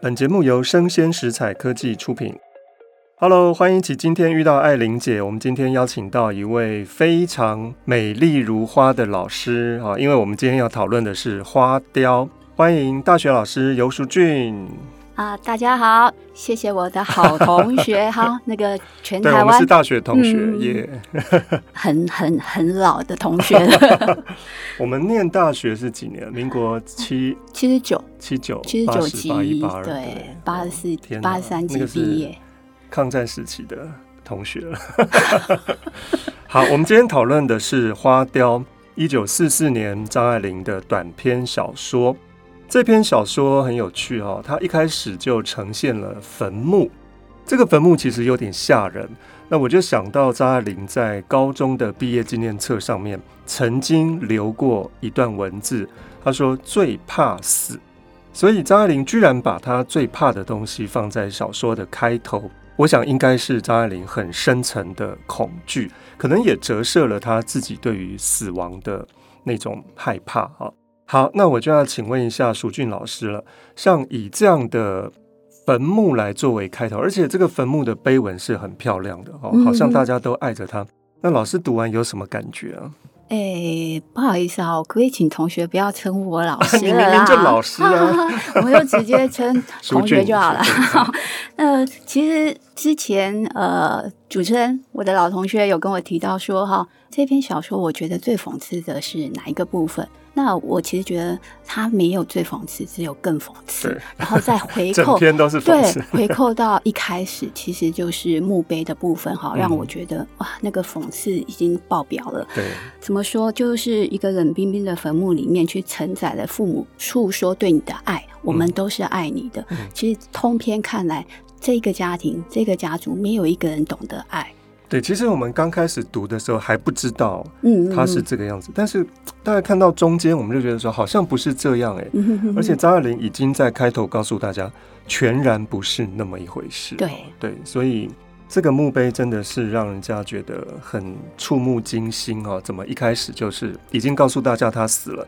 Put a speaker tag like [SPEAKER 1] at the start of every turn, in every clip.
[SPEAKER 1] 本节目由生鲜食材科技出品。Hello，欢迎起今天遇到艾琳姐。我们今天邀请到一位非常美丽如花的老师啊，因为我们今天要讨论的是花雕。欢迎大学老师游淑俊。
[SPEAKER 2] 啊，大家好，谢谢我的好同 学哈，那个全
[SPEAKER 1] 对，
[SPEAKER 2] 台
[SPEAKER 1] 我们
[SPEAKER 2] 湾
[SPEAKER 1] 是大学同学
[SPEAKER 2] 嗯
[SPEAKER 1] 耶。
[SPEAKER 2] 很很很老的同 学了，
[SPEAKER 1] 我们念大学是几年？民国七
[SPEAKER 2] 七十九
[SPEAKER 1] 七九、
[SPEAKER 2] 七十
[SPEAKER 1] 八
[SPEAKER 2] 九
[SPEAKER 1] 十
[SPEAKER 2] 级
[SPEAKER 1] 八一、八二，，
[SPEAKER 2] 对，八十四
[SPEAKER 1] 天、哪
[SPEAKER 2] 八十三级
[SPEAKER 1] 那个是
[SPEAKER 2] 毕业，
[SPEAKER 1] 抗战时期的同学 了。好，我们今天讨论的是《花雕》，一九四四年张爱玲的短篇小说。这篇小说很有趣哦，它一开始就呈现了坟墓。这个坟墓其实有点吓人，那我就想到张爱玲在高中的毕业纪念册上面曾经留过一段文字，她说最怕死，所以张爱玲居然把她最怕的东西放在小说的开头，我想应该是张爱玲很深层的恐惧，可能也折射了她自己对于死亡的那种害怕啊。好，那我就要请问一下淑俊老师了，像以这样的坟墓来作为开头，而且这个坟墓的碑文是很漂亮的哦，好像大家都爱着它。那老师读完有什么感觉啊？
[SPEAKER 2] 哎，不好意思啊，我可以请同学不要称呼我老师
[SPEAKER 1] 你
[SPEAKER 2] 了
[SPEAKER 1] 哎明明就
[SPEAKER 2] 啦
[SPEAKER 1] 老师啊
[SPEAKER 2] 我就直接称
[SPEAKER 1] 淑
[SPEAKER 2] 同学
[SPEAKER 1] 俊
[SPEAKER 2] 就好了
[SPEAKER 1] 淑。
[SPEAKER 2] 那其实之前呃，主持人我的老同学有跟我提到说哈，这篇小说我觉得最讽刺的是哪一个部分？那我其实觉得它没有最讽刺，只有更讽刺
[SPEAKER 1] 对。
[SPEAKER 2] 然后再 回
[SPEAKER 1] 整
[SPEAKER 2] 扣，
[SPEAKER 1] 篇都是讽刺
[SPEAKER 2] 对，，回扣到一开始，其实就是墓碑的部分哈，让
[SPEAKER 1] 嗯
[SPEAKER 2] 我觉得、哇，那个讽刺已经爆表了。
[SPEAKER 1] 对，
[SPEAKER 2] 怎么说，就是一个冷冰冰的坟墓里面去承载了父母诉说对你的爱，我们都是爱你的。
[SPEAKER 1] 嗯
[SPEAKER 2] 其实通篇看来，这个家庭、这个家族没有一个人懂得爱。
[SPEAKER 1] 对。其实我们刚开始读的时候还不知道
[SPEAKER 2] 嗯，
[SPEAKER 1] 它是这个样子，但是大家看到中间，我们就觉得说好像不是这样哎、
[SPEAKER 2] 嗯，嗯嗯
[SPEAKER 1] 而且张爱玲已经在开头告诉大家，全然不是那么一回事哦。
[SPEAKER 2] 对
[SPEAKER 1] 对，所以这个墓碑真的是让人家觉得很触目惊心哦。怎么一开始就是已经告诉大家他死了？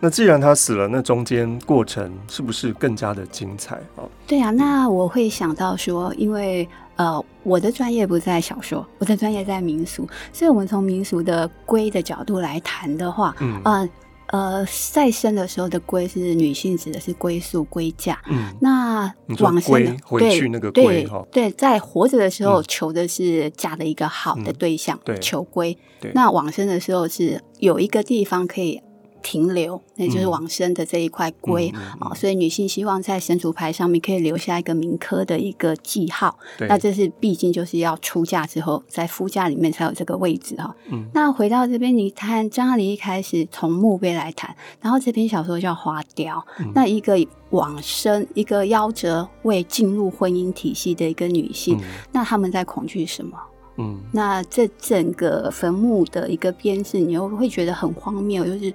[SPEAKER 1] 那既然他死了，那中间过程是不是更加的精彩啊？哦
[SPEAKER 2] 对啊，那我会想到说，因为呃，我的专业不在小说，我的专业在民俗，所以我们从民俗的龟的角度来谈的话，
[SPEAKER 1] 嗯
[SPEAKER 2] 呃呃，再生的时候的龟是女性，指的是归宿、归嫁。
[SPEAKER 1] 嗯，
[SPEAKER 2] 那
[SPEAKER 1] 你说
[SPEAKER 2] 往生的
[SPEAKER 1] 归回
[SPEAKER 2] 对
[SPEAKER 1] 去那个
[SPEAKER 2] 对
[SPEAKER 1] 归哈
[SPEAKER 2] 对，在活着的时候
[SPEAKER 1] 嗯
[SPEAKER 2] 求的是嫁的一个好的
[SPEAKER 1] 嗯
[SPEAKER 2] 对象，
[SPEAKER 1] 对
[SPEAKER 2] 求归
[SPEAKER 1] 对。
[SPEAKER 2] 那往生的时候是有一个地方可以停留，那就是
[SPEAKER 1] 嗯
[SPEAKER 2] 往生的这一块龟
[SPEAKER 1] 嗯嗯嗯
[SPEAKER 2] 啊、所以女性希望在神主牌上面可以留下一个民科的一个记号。
[SPEAKER 1] 对，
[SPEAKER 2] 那这是毕竟就是要出嫁之后，在夫家里面才有这个位置哈、
[SPEAKER 1] 嗯
[SPEAKER 2] 那回到这边，你看张爱玲一开始从墓碑来谈，然后这篇小说叫《花雕》，
[SPEAKER 1] 嗯
[SPEAKER 2] 那一个往生，一个夭折未进入婚姻体系的一个女性，
[SPEAKER 1] 嗯
[SPEAKER 2] 那他们在恐惧什么？
[SPEAKER 1] 嗯
[SPEAKER 2] 那这整个坟墓的一个编制，你又会觉得很荒谬，就是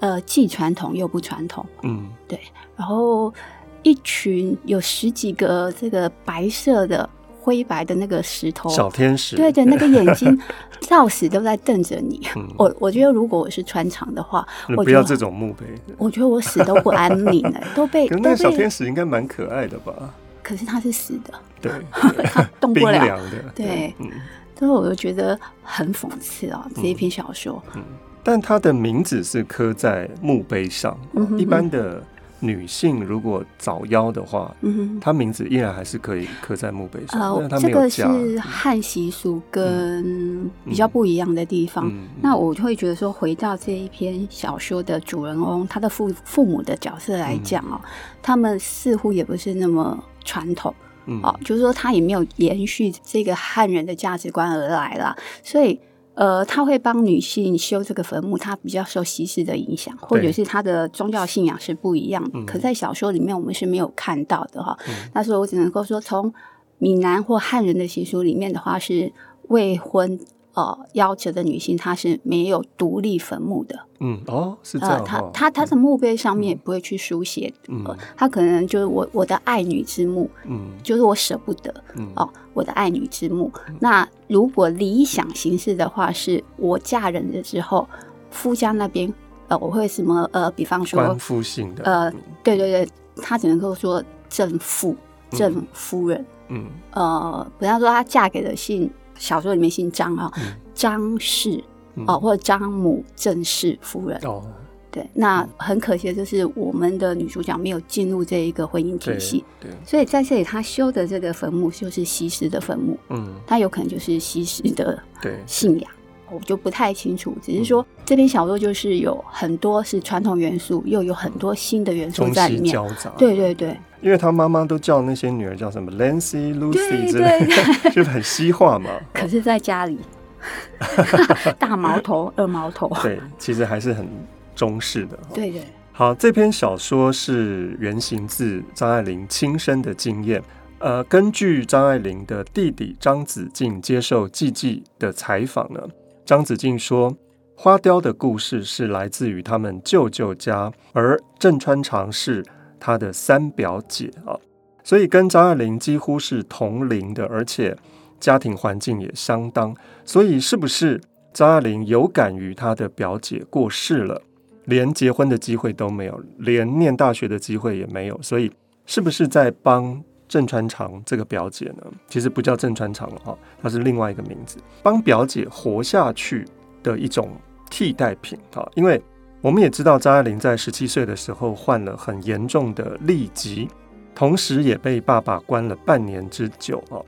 [SPEAKER 2] 呃既传统又不传统。
[SPEAKER 1] 嗯
[SPEAKER 2] 然后一群有十几个这个白色的灰白的那个石头，
[SPEAKER 1] 小天使，
[SPEAKER 2] 哦对的，那个眼 睛到死都在瞪着你。
[SPEAKER 1] 嗯
[SPEAKER 2] 我我觉得如果我是穿肠的话，
[SPEAKER 1] 你
[SPEAKER 2] 我
[SPEAKER 1] 不
[SPEAKER 2] 觉
[SPEAKER 1] 要
[SPEAKER 2] 得
[SPEAKER 1] 这种墓碑。
[SPEAKER 2] 我觉得我死都不安宁 了，都被
[SPEAKER 1] 可是
[SPEAKER 2] 都
[SPEAKER 1] 那个小天
[SPEAKER 2] 被。
[SPEAKER 1] 使应该蛮可爱的吧？
[SPEAKER 2] 可是他是死的，
[SPEAKER 1] 对，
[SPEAKER 2] 他动
[SPEAKER 1] 冰
[SPEAKER 2] 不
[SPEAKER 1] 凉
[SPEAKER 2] 了。
[SPEAKER 1] 的，
[SPEAKER 2] 对
[SPEAKER 1] 嗯。
[SPEAKER 2] 所以我就觉得很讽刺哦，这一篇小说。
[SPEAKER 1] 但她的名字是刻在墓碑上。
[SPEAKER 2] 嗯哼
[SPEAKER 1] 一般的女性如果早夭的话，
[SPEAKER 2] 嗯哼，
[SPEAKER 1] 她名字依然还是可以刻在墓碑上，但是她，
[SPEAKER 2] 呃这
[SPEAKER 1] 没有
[SPEAKER 2] 个
[SPEAKER 1] 嫁。
[SPEAKER 2] 是汉习俗跟比较不一样的地方。
[SPEAKER 1] 嗯
[SPEAKER 2] 那我就会觉得说，回到这一篇小说的主人翁他的父父母的角色
[SPEAKER 1] 嗯
[SPEAKER 2] 来讲哦，他们似乎也不是那么传统
[SPEAKER 1] 嗯
[SPEAKER 2] 哦，就是说他也没有延续这个汉人的价值观而来啦，所以。呃，他会帮女性修这个坟墓，他比较受西式的影响，或者是他的宗教信仰是不一样的。
[SPEAKER 1] 嗯
[SPEAKER 2] 可在小说里面，我们是没有看到的哈、那时候我只能够说，从闽南或汉人的习俗里面的话，是未婚呃夭折的女性，她是没有独立坟墓的。
[SPEAKER 1] 嗯哦是这
[SPEAKER 2] 呃，
[SPEAKER 1] 样
[SPEAKER 2] 她
[SPEAKER 1] 哈，嗯
[SPEAKER 2] 她她的墓碑上面也不会去书写，呃，她可能就是我我的爱女之墓，
[SPEAKER 1] 嗯
[SPEAKER 2] 就是我舍不得
[SPEAKER 1] 嗯
[SPEAKER 2] 哦，我的爱女之墓。那如果理想形式的话，是我嫁人了之后，夫家那边呃，我会什么呃，比方说
[SPEAKER 1] 官夫姓的
[SPEAKER 2] 呃
[SPEAKER 1] 嗯
[SPEAKER 2] 对对对，他只能够说正妇、正夫人，
[SPEAKER 1] 嗯
[SPEAKER 2] 呃，不要说她嫁给了姓小说里面姓张啊、
[SPEAKER 1] 嗯
[SPEAKER 2] 张氏
[SPEAKER 1] 嗯
[SPEAKER 2] 哦，或者张母郑氏夫人。
[SPEAKER 1] 哦，
[SPEAKER 2] 对，那很可惜的就是我们的女主角没有进入这一个婚姻体
[SPEAKER 1] 对
[SPEAKER 2] 系，
[SPEAKER 1] 对，
[SPEAKER 2] 所以在这里她修的这个坟墓就是西施的坟墓，
[SPEAKER 1] 嗯
[SPEAKER 2] 她有可能就是西施的
[SPEAKER 1] 对，
[SPEAKER 2] 信仰，
[SPEAKER 1] 哦
[SPEAKER 2] 我就不太清楚。只是说、
[SPEAKER 1] 嗯
[SPEAKER 2] 这篇小说就是有很多是传统元素，又有很多新的元素
[SPEAKER 1] 中
[SPEAKER 2] 在里
[SPEAKER 1] 西哦
[SPEAKER 2] 面。
[SPEAKER 1] 交杂，
[SPEAKER 2] 对对对，
[SPEAKER 1] 因为他妈妈都叫那些女儿叫什么 Lancy、Lucy
[SPEAKER 2] 对
[SPEAKER 1] 之类的， 就很西化嘛。
[SPEAKER 2] 可是在家 里，大毛头、二毛头，
[SPEAKER 1] 对，其实还是很中式的。
[SPEAKER 2] 对对，
[SPEAKER 1] 好，这篇小说是原型自张爱玲亲身的经验。呃，根据张爱玲的弟弟张子敬接受季季的采访呢，张子敬说，花雕的故事是来自于他们舅舅家，而郑川长是他的三表姐啊，所以跟张爱玲几乎是同龄的，而且家庭环境也相当，所以是不是张爱玲有感于她的表姐过世了？连结婚的机会都没有，连念大学的机会也没有，所以是不是在帮郑川长这个表姐呢？其实不叫郑川长了哈，它是另外一个名字，帮表姐活下去的一种替代品哈。因为我们也知道张爱玲在十七岁的时候患了很严重的痢疾，同时也被爸爸关了半年之久啊。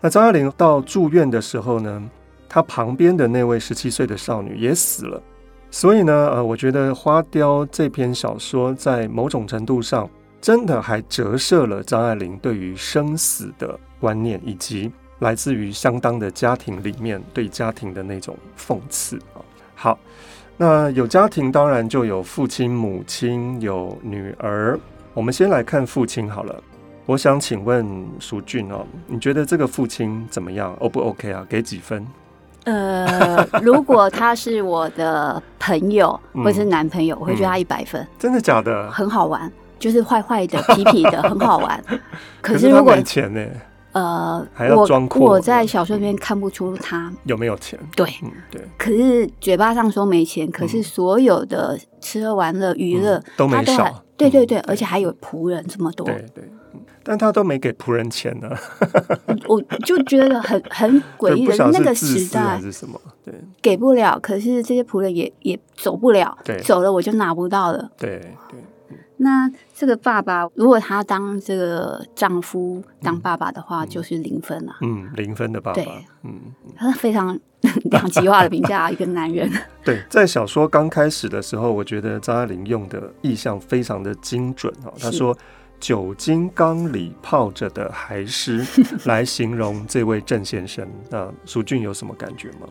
[SPEAKER 1] 那张爱玲到住院的时候呢，她旁边的那位十七岁的少女也死了。所以呢，呃，我觉得《花雕》这篇小说在某种程度上，真的还折射了张爱玲对于生死的观念，以及来自于相当的家庭里面对家庭的那种讽刺啊。好，那有家庭当然就有父亲、母亲，有女儿。我们先来看父亲好了。我想请问淑俊哦，你觉得这个父亲怎么样？O 不 OK 啊？给几分？
[SPEAKER 2] 呃，如果他是我的朋友
[SPEAKER 1] 嗯
[SPEAKER 2] 或是男朋友，我会觉得
[SPEAKER 1] 嗯
[SPEAKER 2] 他
[SPEAKER 1] 哦
[SPEAKER 2] 一百分，
[SPEAKER 1] 真的假的？
[SPEAKER 2] 很好玩，就是坏坏的、痞痞的，很好 玩。可是
[SPEAKER 1] 他
[SPEAKER 2] 如果
[SPEAKER 1] 没钱呢，
[SPEAKER 2] 呃，
[SPEAKER 1] 还要
[SPEAKER 2] 我
[SPEAKER 1] 装阔
[SPEAKER 2] 我在小说里面看不出他
[SPEAKER 1] 有没有钱？
[SPEAKER 2] 对，
[SPEAKER 1] 嗯，对，
[SPEAKER 2] 可是嘴巴上说没钱，可是所有的吃喝玩乐、娱乐
[SPEAKER 1] 嗯都没
[SPEAKER 2] 他都还哦
[SPEAKER 1] 少
[SPEAKER 2] 对
[SPEAKER 1] 嗯
[SPEAKER 2] 对
[SPEAKER 1] 对
[SPEAKER 2] 对，而且还有仆人这么多，
[SPEAKER 1] 对对，嗯但他都没给仆人钱呢、
[SPEAKER 2] 我就觉得很 很诡异
[SPEAKER 1] 不
[SPEAKER 2] 的
[SPEAKER 1] 晓得
[SPEAKER 2] 那
[SPEAKER 1] 是
[SPEAKER 2] 个
[SPEAKER 1] 自
[SPEAKER 2] 时
[SPEAKER 1] 私还
[SPEAKER 2] 代
[SPEAKER 1] 是什么？对
[SPEAKER 2] 给不了，可是这些仆人也也走不了
[SPEAKER 1] 对，
[SPEAKER 2] 走了我就拿不到了。
[SPEAKER 1] 对对，
[SPEAKER 2] 那这个爸爸，如果他当这个丈夫、当爸爸的话，就是零分啊。
[SPEAKER 1] 嗯，零分的爸
[SPEAKER 2] 对
[SPEAKER 1] 爸，嗯，
[SPEAKER 2] 他非常 两极化的评价一个男人。
[SPEAKER 1] 对，在小说刚开始的时候，我觉得张爱玲用的意象非常的精准哦。她
[SPEAKER 2] 是
[SPEAKER 1] 说“酒精缸里泡着的还 尸”来形容这位郑先生。那淑俊有什么感觉吗？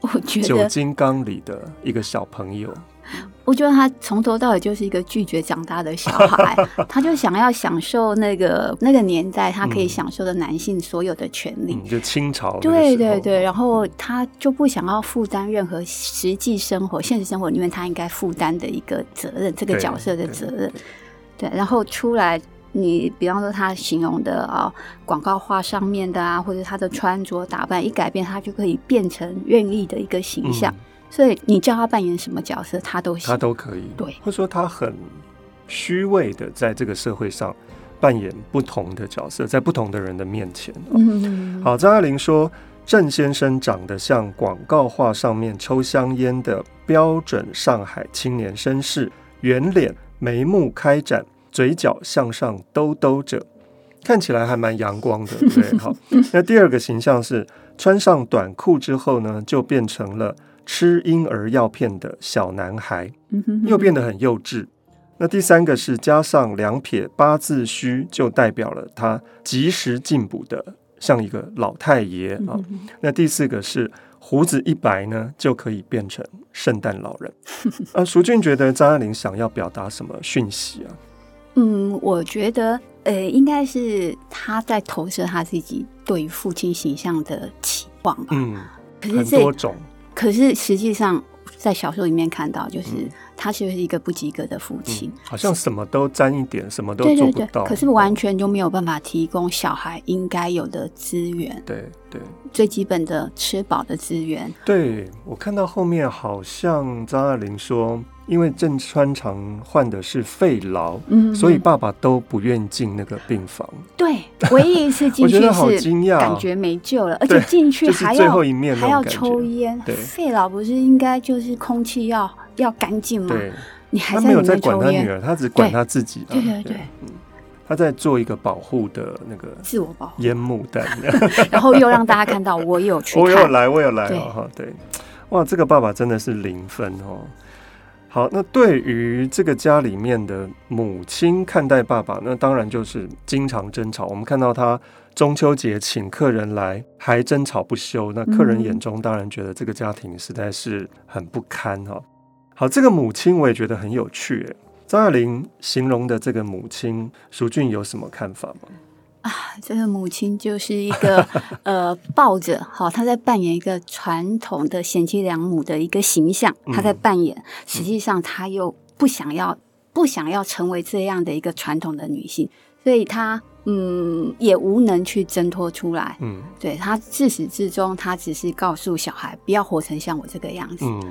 [SPEAKER 2] 我觉
[SPEAKER 1] 酒
[SPEAKER 2] 得，
[SPEAKER 1] 精缸里的一个小朋友，
[SPEAKER 2] 我觉得他从头到尾就是一个拒绝长大的小 孩，他就想要享受那个那个年代他可以
[SPEAKER 1] 嗯
[SPEAKER 2] 享受的男性所有的权利。
[SPEAKER 1] 嗯，就清朝那个
[SPEAKER 2] 对
[SPEAKER 1] 时候
[SPEAKER 2] 对对，，然后他就不想要负担任何实际生活、现实生活里面他应该负担的一个责任，这个
[SPEAKER 1] 对
[SPEAKER 2] 角色的
[SPEAKER 1] 对
[SPEAKER 2] 责任。对，然后出来，你比方说他形容的啊、广告画上面的啊，或者他的穿着打扮一改变，他就可以变成愿意的一个形象。
[SPEAKER 1] 嗯
[SPEAKER 2] 所以你叫他扮演什么角色，他都
[SPEAKER 1] 他
[SPEAKER 2] 行。
[SPEAKER 1] 都可以，
[SPEAKER 2] 对
[SPEAKER 1] 或者说他很虚伪的在这个社会上扮演不同的角色，在不同的人的面前。
[SPEAKER 2] 嗯，
[SPEAKER 1] 好，张爱玲说，郑先生长得像广告画上面抽香烟的标准上海青年绅士，圆脸，眉目开展，嘴角向上兜兜着，看起来还蛮阳光的，对不 对。好，那第二个形象是穿上短裤之后呢，就变成了吃婴儿药片的小男孩。
[SPEAKER 2] 嗯哼
[SPEAKER 1] 又变得很幼稚。那第三个是加上两撇八字须，就代表了他及时进补的，像一个老太爷
[SPEAKER 2] 嗯
[SPEAKER 1] 啊。那第四个是胡子一白呢，就可以变成圣诞老 人。啊，淑俊觉得张爱玲想要表达什么讯息啊？
[SPEAKER 2] 嗯，我觉得，呃，应该是他在投射他自己对于父亲形象的期望吧。
[SPEAKER 1] 嗯，
[SPEAKER 2] 可是
[SPEAKER 1] 很
[SPEAKER 2] 啊这
[SPEAKER 1] 多种，
[SPEAKER 2] 可是实际上，在小说里面看到，就是、
[SPEAKER 1] 嗯
[SPEAKER 2] 他其实是一个不及格的父亲
[SPEAKER 1] 嗯，，好像什么都沾一点，什么都
[SPEAKER 2] 对
[SPEAKER 1] 做
[SPEAKER 2] 对
[SPEAKER 1] 不
[SPEAKER 2] 对
[SPEAKER 1] 到。，
[SPEAKER 2] 可是完全就没有办法提供小孩应该有的资源，
[SPEAKER 1] 对对
[SPEAKER 2] 最基本的吃饱的资源。
[SPEAKER 1] 对，我看到后面好像张爱玲说，因为郑川长患的是肺痨，
[SPEAKER 2] 嗯，
[SPEAKER 1] 所以爸爸都不愿进那个病房，
[SPEAKER 2] 对，唯一一次进
[SPEAKER 1] 我
[SPEAKER 2] 去
[SPEAKER 1] 觉得好
[SPEAKER 2] 是
[SPEAKER 1] 惊讶哦
[SPEAKER 2] 感觉没救了，而
[SPEAKER 1] 对
[SPEAKER 2] 且进去
[SPEAKER 1] 就是
[SPEAKER 2] 还
[SPEAKER 1] 最
[SPEAKER 2] 要
[SPEAKER 1] 后一面那
[SPEAKER 2] 还要
[SPEAKER 1] 种感
[SPEAKER 2] 抽
[SPEAKER 1] 觉。
[SPEAKER 2] 烟，
[SPEAKER 1] 对
[SPEAKER 2] 肺痨不是应该就是空气要要干净吗？
[SPEAKER 1] 对，
[SPEAKER 2] 你还
[SPEAKER 1] 他
[SPEAKER 2] 在
[SPEAKER 1] 没有
[SPEAKER 2] 里
[SPEAKER 1] 在
[SPEAKER 2] 面
[SPEAKER 1] 管
[SPEAKER 2] 抽
[SPEAKER 1] 他女
[SPEAKER 2] 烟，
[SPEAKER 1] 儿，他只管
[SPEAKER 2] 对
[SPEAKER 1] 他自己啊。
[SPEAKER 2] 对对对
[SPEAKER 1] 嗯，他在做一个保护的那个
[SPEAKER 2] 自我保护，
[SPEAKER 1] 烟幕弹。
[SPEAKER 2] 然后又让大家看到我有 去
[SPEAKER 1] 我有
[SPEAKER 2] 看，
[SPEAKER 1] 来，我有来
[SPEAKER 2] 对
[SPEAKER 1] 哦，哈，对，哇，这个爸爸真的是零分哦。好，那对于这个家里面的母亲看待爸爸，那当然就是经常争吵。我们看到他中秋节请客人来，还争吵不休，那客人
[SPEAKER 2] 嗯
[SPEAKER 1] 眼中当然觉得这个家庭实在是很不堪哈、哦。好，这个母亲我也觉得很有趣耶。张爱玲形容的这个母亲，淑俊有什么看法吗？
[SPEAKER 2] 啊这个母亲就是一个呃抱着，好，她在扮演一个传统的贤妻良母的一个形象，她在
[SPEAKER 1] 嗯
[SPEAKER 2] 扮演，实际上她又不想要不想要成为这样的一个传统的女性，所以她嗯也无能去挣脱出来。
[SPEAKER 1] 嗯
[SPEAKER 2] 对她自始至终，她只是告诉小孩不要活成像我这个样子。
[SPEAKER 1] 嗯，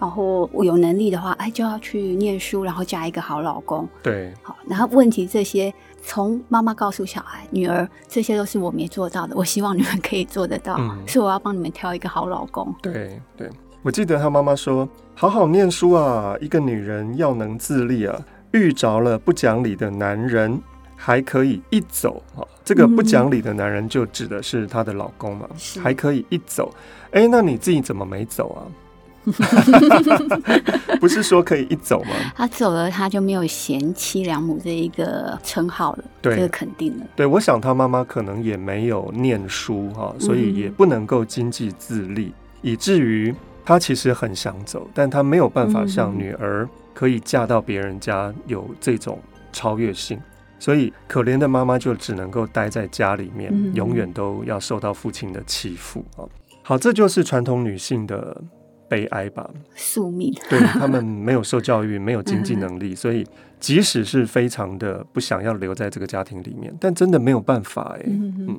[SPEAKER 2] 然后我有能力的话，哎，就要去念书，然后嫁一个好老公。
[SPEAKER 1] 对，
[SPEAKER 2] 好，然后问题这些，从妈妈告诉小孩、女儿，这些都是我没做到的，我希望你们可以做得到，
[SPEAKER 1] 嗯
[SPEAKER 2] 所以我要帮你们挑一个好老公。
[SPEAKER 1] 对对，我记得他妈妈说：“好好念书啊，一个女人要能自立啊，遇着了不讲理的男人，还可以一走啊。哦”这个不讲理的男人就指的是她的老公嘛，
[SPEAKER 2] 是
[SPEAKER 1] 还可以一走。哎，那你自己怎么没走啊？ 不是说可以一走吗？
[SPEAKER 2] 他走了，他就没有贤妻良母这一个称号了，
[SPEAKER 1] 对
[SPEAKER 2] 这个肯定了。
[SPEAKER 1] 对，我想他妈妈可能也没有念书哈、所以也不能够经济自立，以至于他其实很想走，但他没有办法像
[SPEAKER 2] 嗯
[SPEAKER 1] 女儿可以嫁到别人家有这种超越性，所以可怜的妈妈就只能够待在家里面，
[SPEAKER 2] 嗯
[SPEAKER 1] 永远都要受到父亲的欺负啊。好，这就是传统女性的悲哀吧。
[SPEAKER 2] 宿命，
[SPEAKER 1] 对他们没有受教育，没有经
[SPEAKER 2] 嗯
[SPEAKER 1] 济能力，所以即使是非常的不想要留在这个家庭里面，但真的没有办法哎、
[SPEAKER 2] 嗯，
[SPEAKER 1] 嗯，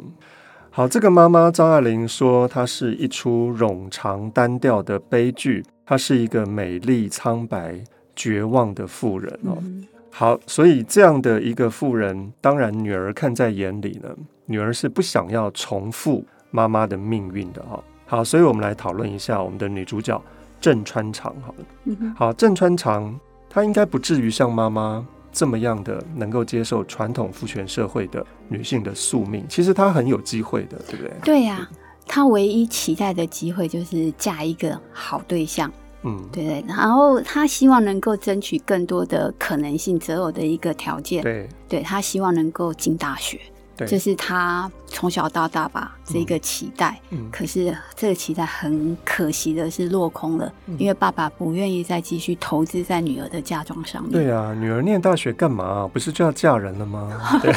[SPEAKER 1] 好，这个妈妈张爱玲说，它是一出冗长单调的悲剧，她是一个美丽苍白、绝望的妇人哦。
[SPEAKER 2] 嗯
[SPEAKER 1] 好，所以这样的一个妇人，当然女儿看在眼里呢，女儿是不想要重复妈妈的命运的哈、哦。好，所以我们来讨论一下我们的女主角郑川长好了。
[SPEAKER 2] 嗯
[SPEAKER 1] 好，郑川长她应该不至于像妈妈这么样的能够接受传统父权社会的女性的宿命。其实她很有机会的，对不对？
[SPEAKER 2] 对呀、他唯一期待的机会就是嫁一个好对象，
[SPEAKER 1] 嗯，
[SPEAKER 2] 对不对？然后他希望能够争取更多的可能性择偶的一个条件，
[SPEAKER 1] 对
[SPEAKER 2] 对他希望能够进大学，
[SPEAKER 1] 对
[SPEAKER 2] 这是他从小到大吧这个期待。
[SPEAKER 1] 嗯
[SPEAKER 2] 可是这个期待很可惜的是落空了，
[SPEAKER 1] 嗯
[SPEAKER 2] 因为爸爸不愿意再继续投资在女儿的嫁妆上面。
[SPEAKER 1] 对啊，女儿念大学干嘛？不是就要嫁人了 吗？对，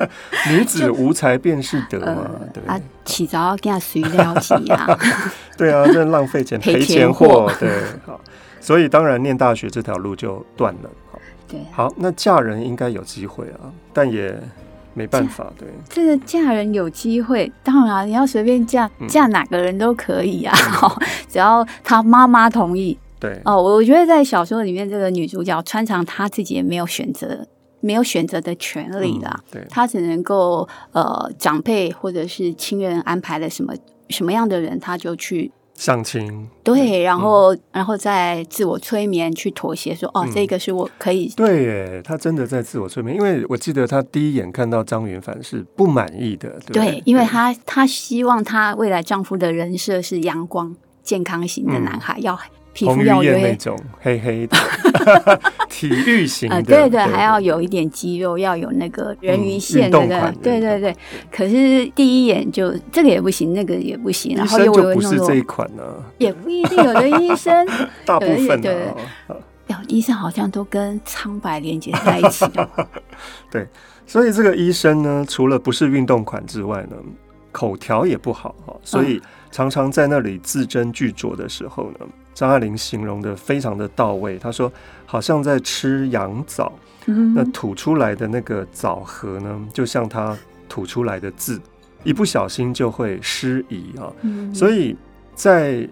[SPEAKER 1] 女子无才便是德嘛，对不
[SPEAKER 2] 啊
[SPEAKER 1] 对？，
[SPEAKER 2] 起早要跟他随料起 呀，
[SPEAKER 1] 对啊，这浪费钱
[SPEAKER 2] 赔
[SPEAKER 1] 赔
[SPEAKER 2] 钱
[SPEAKER 1] 钱货
[SPEAKER 2] 货，
[SPEAKER 1] 对，好，所以当然念大学这条路就断了。好
[SPEAKER 2] 对啊，
[SPEAKER 1] 好，那嫁人应该有机会啊，但也没办法，对。
[SPEAKER 2] 这个嫁人有机会，当然啊你要随便嫁，
[SPEAKER 1] 嗯
[SPEAKER 2] 嫁哪个人都可以啊， 只要他妈妈同意。
[SPEAKER 1] 对，
[SPEAKER 2] 哦，我我觉得在小说里面，这个女主角穿长她自己也没有选择，没有选择的权利啦。
[SPEAKER 1] 嗯，对，
[SPEAKER 2] 她只能够呃，长辈或者是亲人安排了什么什么样的人，她就去
[SPEAKER 1] 相亲，
[SPEAKER 2] 对，
[SPEAKER 1] 嗯
[SPEAKER 2] 然后、然后再自我催眠去妥协说，哦，这个是我可以。
[SPEAKER 1] 嗯对耶，他真的在自我催眠，因为我记得他第一眼看到张云凡是不满意的，对不
[SPEAKER 2] 对，因为她她希望她未来丈夫的人设是阳光、健康型的男孩，要皮
[SPEAKER 1] 彭嗯
[SPEAKER 2] 肤
[SPEAKER 1] 于
[SPEAKER 2] 要
[SPEAKER 1] 晏那
[SPEAKER 2] 约
[SPEAKER 1] 种黑黑 的，体育型的，
[SPEAKER 2] 啊，对对，还要有一点肌肉，要有那个人鱼
[SPEAKER 1] 嗯
[SPEAKER 2] 线
[SPEAKER 1] 运
[SPEAKER 2] 的
[SPEAKER 1] 动款
[SPEAKER 2] 那个，对
[SPEAKER 1] 运动
[SPEAKER 2] 对对。可是第一眼就这个也不行，那个也不行，
[SPEAKER 1] 医
[SPEAKER 2] 然后
[SPEAKER 1] 生
[SPEAKER 2] 又唯
[SPEAKER 1] 就
[SPEAKER 2] 唯
[SPEAKER 1] 不
[SPEAKER 2] 诺
[SPEAKER 1] 是
[SPEAKER 2] 诺
[SPEAKER 1] 这，一款呢，
[SPEAKER 2] 也不一定有的医生，
[SPEAKER 1] 大部分啊哦
[SPEAKER 2] 对
[SPEAKER 1] 的
[SPEAKER 2] 对、有医生好像都跟苍白连接在一起哦。
[SPEAKER 1] 所以这个医生呢，除了不是运动款之外呢，口条也不好哈，所
[SPEAKER 2] 嗯
[SPEAKER 1] 以常常在那里字斟句酌的时候呢，张爱玲形容的非常的到位，她说好像在吃羊枣，那
[SPEAKER 2] 嗯，
[SPEAKER 1] 吐出来的那个枣核呢，就像它吐出来的字，一不小心就会失仪啊。
[SPEAKER 2] 嗯
[SPEAKER 1] 所以在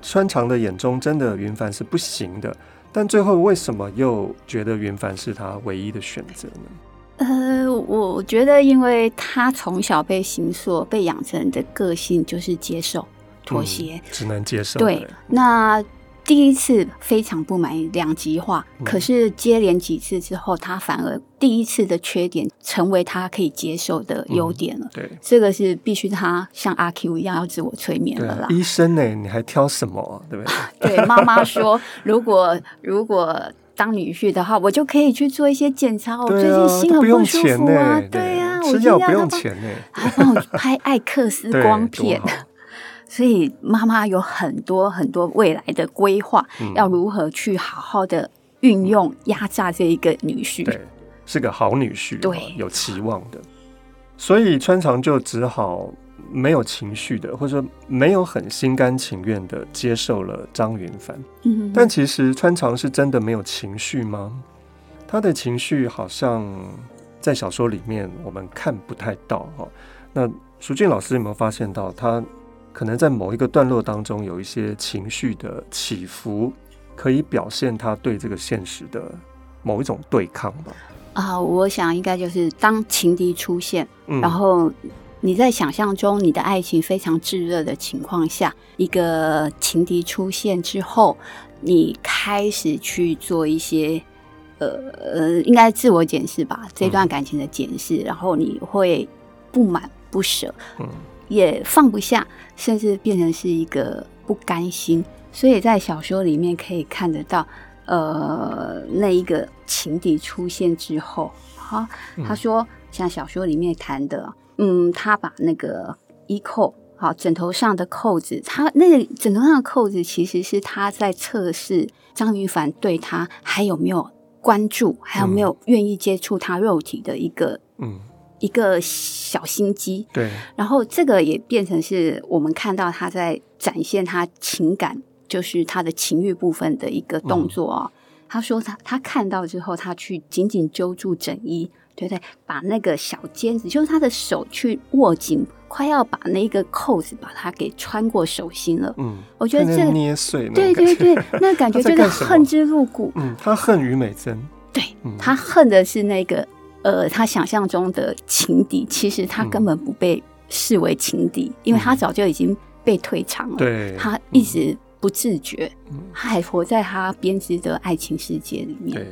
[SPEAKER 1] 穿肠的眼中，真的云帆是不行的。但最后为什么又觉得云帆是他唯一的选择呢？
[SPEAKER 2] 呃，我觉得，因为他从小被形塑、被养成的个性就是接受、妥协
[SPEAKER 1] 嗯。只能接受。
[SPEAKER 2] 对，那第一次非常不满意两极化，
[SPEAKER 1] 嗯
[SPEAKER 2] 可是接连几次之后，他反而第一次的缺点成为他可以接受的
[SPEAKER 1] 嗯
[SPEAKER 2] 优点了。
[SPEAKER 1] 对
[SPEAKER 2] 这个是必须他像阿 Q 一样要自我催眠
[SPEAKER 1] 对
[SPEAKER 2] 了
[SPEAKER 1] 啊
[SPEAKER 2] 啦，。
[SPEAKER 1] 医生呢、你还挑什么啊、对不对？
[SPEAKER 2] 对，妈妈说，如果如果当女婿的话，我就可以去做一些检查。我哦最
[SPEAKER 1] 对啊，
[SPEAKER 2] 近心
[SPEAKER 1] 都不
[SPEAKER 2] 很
[SPEAKER 1] 用
[SPEAKER 2] 不舒
[SPEAKER 1] 钱
[SPEAKER 2] 服
[SPEAKER 1] 呢、
[SPEAKER 2] 啊，对呀，我
[SPEAKER 1] 吃
[SPEAKER 2] 一定
[SPEAKER 1] 药
[SPEAKER 2] 要
[SPEAKER 1] 不
[SPEAKER 2] 他
[SPEAKER 1] 用
[SPEAKER 2] 帮
[SPEAKER 1] 钱呢、
[SPEAKER 2] 还帮我拍艾克 斯
[SPEAKER 1] 对，多
[SPEAKER 2] 光片
[SPEAKER 1] 好，
[SPEAKER 2] 所以妈妈有很多很多未来的规划，
[SPEAKER 1] 嗯
[SPEAKER 2] 要如何去好好的运用压榨这一个女婿。
[SPEAKER 1] 对，是个好女婿、哦
[SPEAKER 2] 对
[SPEAKER 1] 有期望的。所以穿肠就只好没有情绪的，或者说没有很心甘情愿的接受了张云帆。
[SPEAKER 2] 嗯，
[SPEAKER 1] 但其实穿肠是真的没有情绪吗？他的情绪好像在小说里面我们看不太到哈、哦。那淑俊老师有没有发现到，他可能在某一个段落当中有一些情绪的起伏，可以表现他对这个现实的某一种对抗吧？
[SPEAKER 2] 啊、我想应该就是当情敌出现，
[SPEAKER 1] 嗯
[SPEAKER 2] 然后你在想象中你的爱情非常炙热的情况下，一个情敌出现之后，你开始去做一些。呃呃，应该自我检视吧，这段感情的检视，然后你会不满不舍，
[SPEAKER 1] 嗯
[SPEAKER 2] 也放不下，甚至变成是一个不甘心。所以在小说里面可以看得到，呃，那一个情敌出现之后，啊，他说像小说里面谈的，嗯，他把那个衣扣。好，枕头上的扣子，他那个枕头上的扣子其实是他在测试张云凡对他还有没有关注，还有没有愿意接触他肉体的一个、
[SPEAKER 1] 嗯，
[SPEAKER 2] 一个小心机。
[SPEAKER 1] 对，
[SPEAKER 2] 然后这个也变成是我们看到他在展现他情感，就是他的情欲部分的一个动作哦。
[SPEAKER 1] 嗯
[SPEAKER 2] 他说他他看到之后，他去紧紧揪住整衣，对不对？把那个小尖子，就是他的手去握紧，快要把那个扣子把它给穿过手心了。
[SPEAKER 1] 嗯，
[SPEAKER 2] 我觉得
[SPEAKER 1] 在
[SPEAKER 2] 这个
[SPEAKER 1] 那捏碎那
[SPEAKER 2] 对
[SPEAKER 1] 种感
[SPEAKER 2] 对
[SPEAKER 1] 觉，
[SPEAKER 2] 对，那感 觉
[SPEAKER 1] 他在
[SPEAKER 2] 就是
[SPEAKER 1] 干什么
[SPEAKER 2] 恨之入骨。
[SPEAKER 1] 嗯，他恨于美珍，
[SPEAKER 2] 对
[SPEAKER 1] 嗯
[SPEAKER 2] 他恨的是那个呃，他想象中的情敌，其实他
[SPEAKER 1] 嗯
[SPEAKER 2] 根本不被视为情敌，因为他早就已经被退场了。
[SPEAKER 1] 对，
[SPEAKER 2] 他一直不自觉，
[SPEAKER 1] 嗯
[SPEAKER 2] 他还活在他编织的爱情世界里面。
[SPEAKER 1] 对，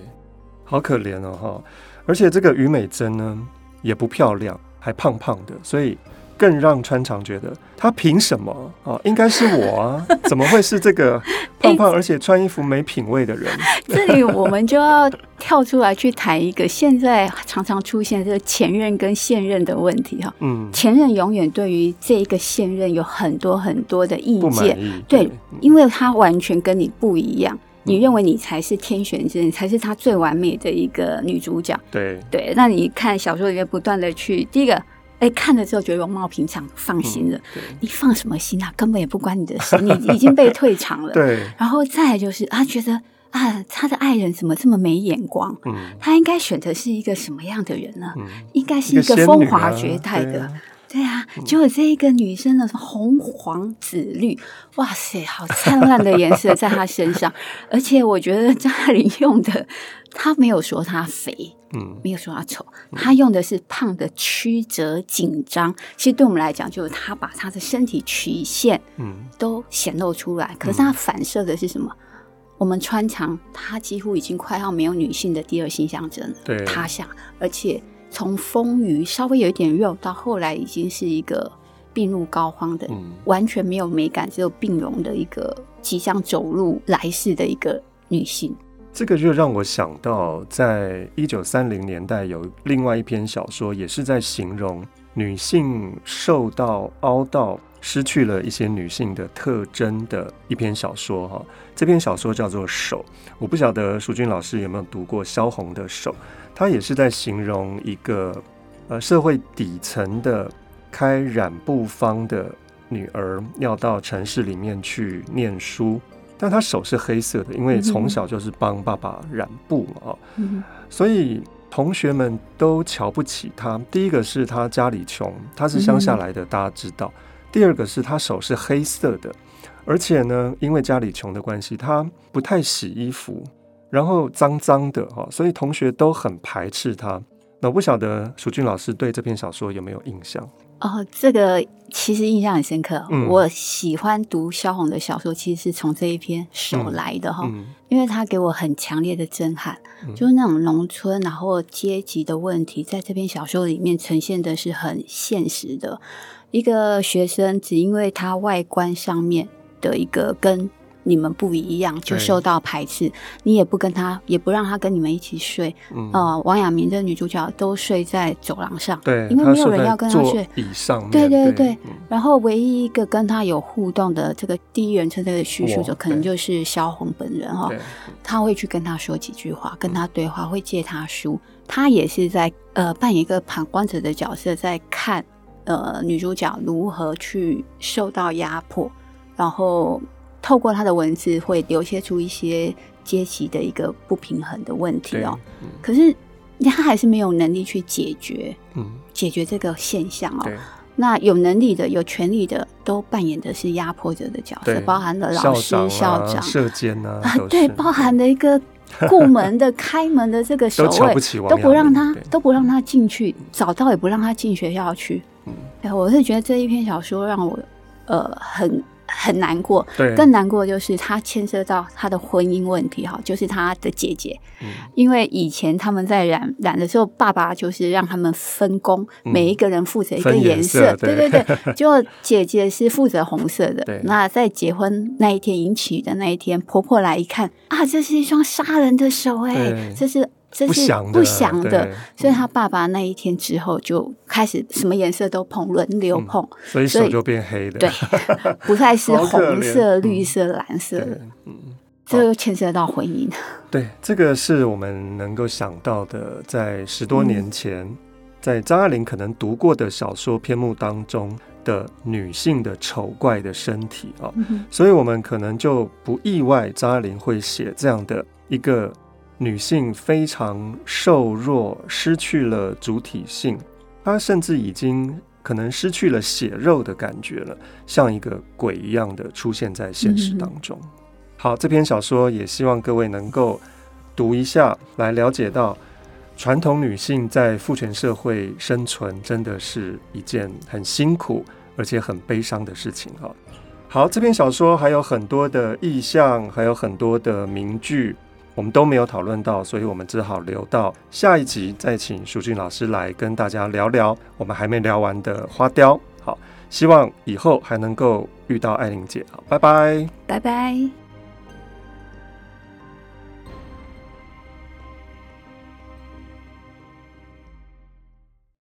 [SPEAKER 1] 好可怜哦哈！而且这个于美珍呢，也不漂亮，还胖胖的，所以更让穿肠觉得她凭什么啊？应该是我啊，怎么会是这 个胖胖而且穿衣服没品味的人？
[SPEAKER 2] 这里我们就要跳出来去谈一个现在常常出现这个前任跟现任的问题哈。
[SPEAKER 1] 嗯，
[SPEAKER 2] 前任永远对于这一个现任有很多很多的意
[SPEAKER 1] 不
[SPEAKER 2] 见
[SPEAKER 1] 满，意。
[SPEAKER 2] 对，
[SPEAKER 1] 嗯
[SPEAKER 2] 因为他完全跟你不一样，你认为你才是天选之人，才是他最完美的一个女主角。
[SPEAKER 1] 对，
[SPEAKER 2] 对，那你看小说里面不断的去，第一个，哎，看了之后觉得容貌平常，放心了。
[SPEAKER 1] 嗯对
[SPEAKER 2] 你放什么心啊？根本也不关你的事， 你已经被退场了。
[SPEAKER 1] 对，
[SPEAKER 2] 然后再来就是啊，觉得啊，他的爱人怎么这么没眼光？
[SPEAKER 1] 嗯
[SPEAKER 2] 他应该选的是一个什么样的人呢？
[SPEAKER 1] 嗯，
[SPEAKER 2] 应该是
[SPEAKER 1] 一
[SPEAKER 2] 一
[SPEAKER 1] 个
[SPEAKER 2] 个
[SPEAKER 1] 仙
[SPEAKER 2] 风
[SPEAKER 1] 女
[SPEAKER 2] 华
[SPEAKER 1] 啊
[SPEAKER 2] 绝代
[SPEAKER 1] 对
[SPEAKER 2] 的，
[SPEAKER 1] 啊
[SPEAKER 2] 对啊，结果这一个女生呢，红黄紫绿，哇塞，好灿烂的颜色在她 身上。而且我觉得张爱玲用的，她没有说她肥，
[SPEAKER 1] 嗯，
[SPEAKER 2] 没有说她丑，她用的是胖的曲折紧张。其实对我们来讲，就是她把她的身体曲线
[SPEAKER 1] 嗯，
[SPEAKER 2] 都显露出来。可是它反射的是什么？我们穿肠，它几乎已经快要没有女性的第二性象征
[SPEAKER 1] 对
[SPEAKER 2] 了，塌下，而且从丰腴稍微有一点肉，到后来已经是一个病入膏肓的，
[SPEAKER 1] 嗯
[SPEAKER 2] 完全没有美感，只有病容的一个即将走入来世的一个女性。
[SPEAKER 1] 这个就让我想到，在一九三零年代有另外一篇小说，也是在形容女性受到凹到失去了一些女性的特征的一篇小说哈。这篇小说叫做《手》，我不晓得淑君老师有没有读过萧红的《手》，她也是在形容一个呃社会底层的开染布坊的女儿要到城市里面去念书。但她手是黑色的，因为从小就是帮爸爸染布嘛，哦
[SPEAKER 2] 嗯
[SPEAKER 1] 所以同学们都瞧不起她。第一个是她家里穷，她是乡下来的，大家知道；第二个是她手是黑色的，而且呢，因为家里穷的关系，她不太洗衣服，然后脏脏的哈，所以同学都很排斥他。那不晓得蜀俊老师对这篇小说有没有印象？
[SPEAKER 2] 哦，这个其实印象很深刻。
[SPEAKER 1] 嗯
[SPEAKER 2] 我喜欢读萧红的小说，其实是从这一篇手来的哈、
[SPEAKER 1] 嗯
[SPEAKER 2] 因为它给我很强烈的震撼，
[SPEAKER 1] 嗯
[SPEAKER 2] 就是那种农村然后阶级的问题，在这篇小说里面呈现的是很现实的。一个学生只因为他外观上面的一个跟你们不一样，就
[SPEAKER 1] 对
[SPEAKER 2] 受到排斥，你也不跟他，也不让他跟你们一起睡。
[SPEAKER 1] 嗯，
[SPEAKER 2] 呃，王亚明这女主角都睡在走廊上，
[SPEAKER 1] 对，
[SPEAKER 2] 因为
[SPEAKER 1] 他
[SPEAKER 2] 没有
[SPEAKER 1] 睡
[SPEAKER 2] 人
[SPEAKER 1] 在
[SPEAKER 2] 要跟他
[SPEAKER 1] 座
[SPEAKER 2] 睡。
[SPEAKER 1] 椅上面，
[SPEAKER 2] 对对对
[SPEAKER 1] 嗯
[SPEAKER 2] 然后唯一一个跟他有互动的这个第一人称的叙述者，
[SPEAKER 1] 我
[SPEAKER 2] 可能
[SPEAKER 1] 对
[SPEAKER 2] 就是萧红本人哈、
[SPEAKER 1] 对，
[SPEAKER 2] 他会去跟他说几句话，跟他对话，会借他书。他也是在呃扮演一个旁观者的角色，在看呃女主角如何去受到压迫，然后透过他的文字会流泻出一些阶级的一个不平衡的问题
[SPEAKER 1] 对，
[SPEAKER 2] 哦。
[SPEAKER 1] 嗯
[SPEAKER 2] 可是他还是没有能力去解决
[SPEAKER 1] 嗯，
[SPEAKER 2] 解决这个现象哦。
[SPEAKER 1] 对，
[SPEAKER 2] 那有能力的、有权力的，都扮演的是压迫者的角色
[SPEAKER 1] 对，
[SPEAKER 2] 包含了老师、校
[SPEAKER 1] 校
[SPEAKER 2] 长
[SPEAKER 1] 啊、射箭啊
[SPEAKER 2] 啊，，
[SPEAKER 1] 都
[SPEAKER 2] 对，
[SPEAKER 1] 是
[SPEAKER 2] 包含了一个顾门的、开门的这个守
[SPEAKER 1] 都瞧
[SPEAKER 2] 卫
[SPEAKER 1] 不，起王
[SPEAKER 2] 都
[SPEAKER 1] 阳
[SPEAKER 2] 不让
[SPEAKER 1] 明
[SPEAKER 2] 他
[SPEAKER 1] 对
[SPEAKER 2] 都不让他进去，早到也不让他进学校去。
[SPEAKER 1] 嗯
[SPEAKER 2] 哎，我是觉得这一篇小说让我呃很很难过，
[SPEAKER 1] 对
[SPEAKER 2] 更难过的就是他牵涉到他的婚姻问题哈，就是他的姐姐，
[SPEAKER 1] 嗯
[SPEAKER 2] 因为以前他们在染染的时候，爸爸就是让他们分工，
[SPEAKER 1] 嗯
[SPEAKER 2] 每一个人负责一个
[SPEAKER 1] 分颜
[SPEAKER 2] 颜
[SPEAKER 1] 色
[SPEAKER 2] 对
[SPEAKER 1] 对
[SPEAKER 2] 对对， 结果姐姐是负责红色
[SPEAKER 1] 对
[SPEAKER 2] 的。那在结婚那一天迎娶的那一天，婆婆来一看啊，这是一双杀人的手哎、
[SPEAKER 1] 对
[SPEAKER 2] 这是这
[SPEAKER 1] 不
[SPEAKER 2] 是
[SPEAKER 1] 祥的
[SPEAKER 2] 不祥的
[SPEAKER 1] 对，
[SPEAKER 2] 所以他爸爸那一天之后就开始什么颜色都碰，轮流碰。
[SPEAKER 1] 所以
[SPEAKER 2] 所
[SPEAKER 1] 手
[SPEAKER 2] 以
[SPEAKER 1] 就变黑的，
[SPEAKER 2] 对，不再是
[SPEAKER 1] 嗯好可
[SPEAKER 2] 红色、
[SPEAKER 1] 怜
[SPEAKER 2] 绿
[SPEAKER 1] 嗯
[SPEAKER 2] 色、蓝色
[SPEAKER 1] 对
[SPEAKER 2] 的，，
[SPEAKER 1] 嗯。
[SPEAKER 2] 这又牵涉到婚姻。
[SPEAKER 1] 对，这个是我们能够想到的，在十多
[SPEAKER 2] 嗯
[SPEAKER 1] 年前，在张爱玲可能读过的小说篇目当中的女性的丑怪的身体啊、
[SPEAKER 2] 嗯哼
[SPEAKER 1] 所以我们可能就不意外张爱玲会写这样的一个女性非常瘦弱，失去了主体性，她甚至已经可能失去了血肉的感觉了，像一个鬼一样的出现在现实当中。嗯好，这篇小说也希望各位能够读一下，来了解到传统女性在父权社会生存真的是一件很辛苦而且很悲伤的事情哦哈。好，这篇小说还有很多的意象，还有很多的名句，我们都没有讨论到，所以我们只好留到下一集再请淑俊老师来跟大家聊聊我们还没聊完的花雕。好，希望以后还能够遇到艾琳姐。好，拜拜。
[SPEAKER 2] 拜拜。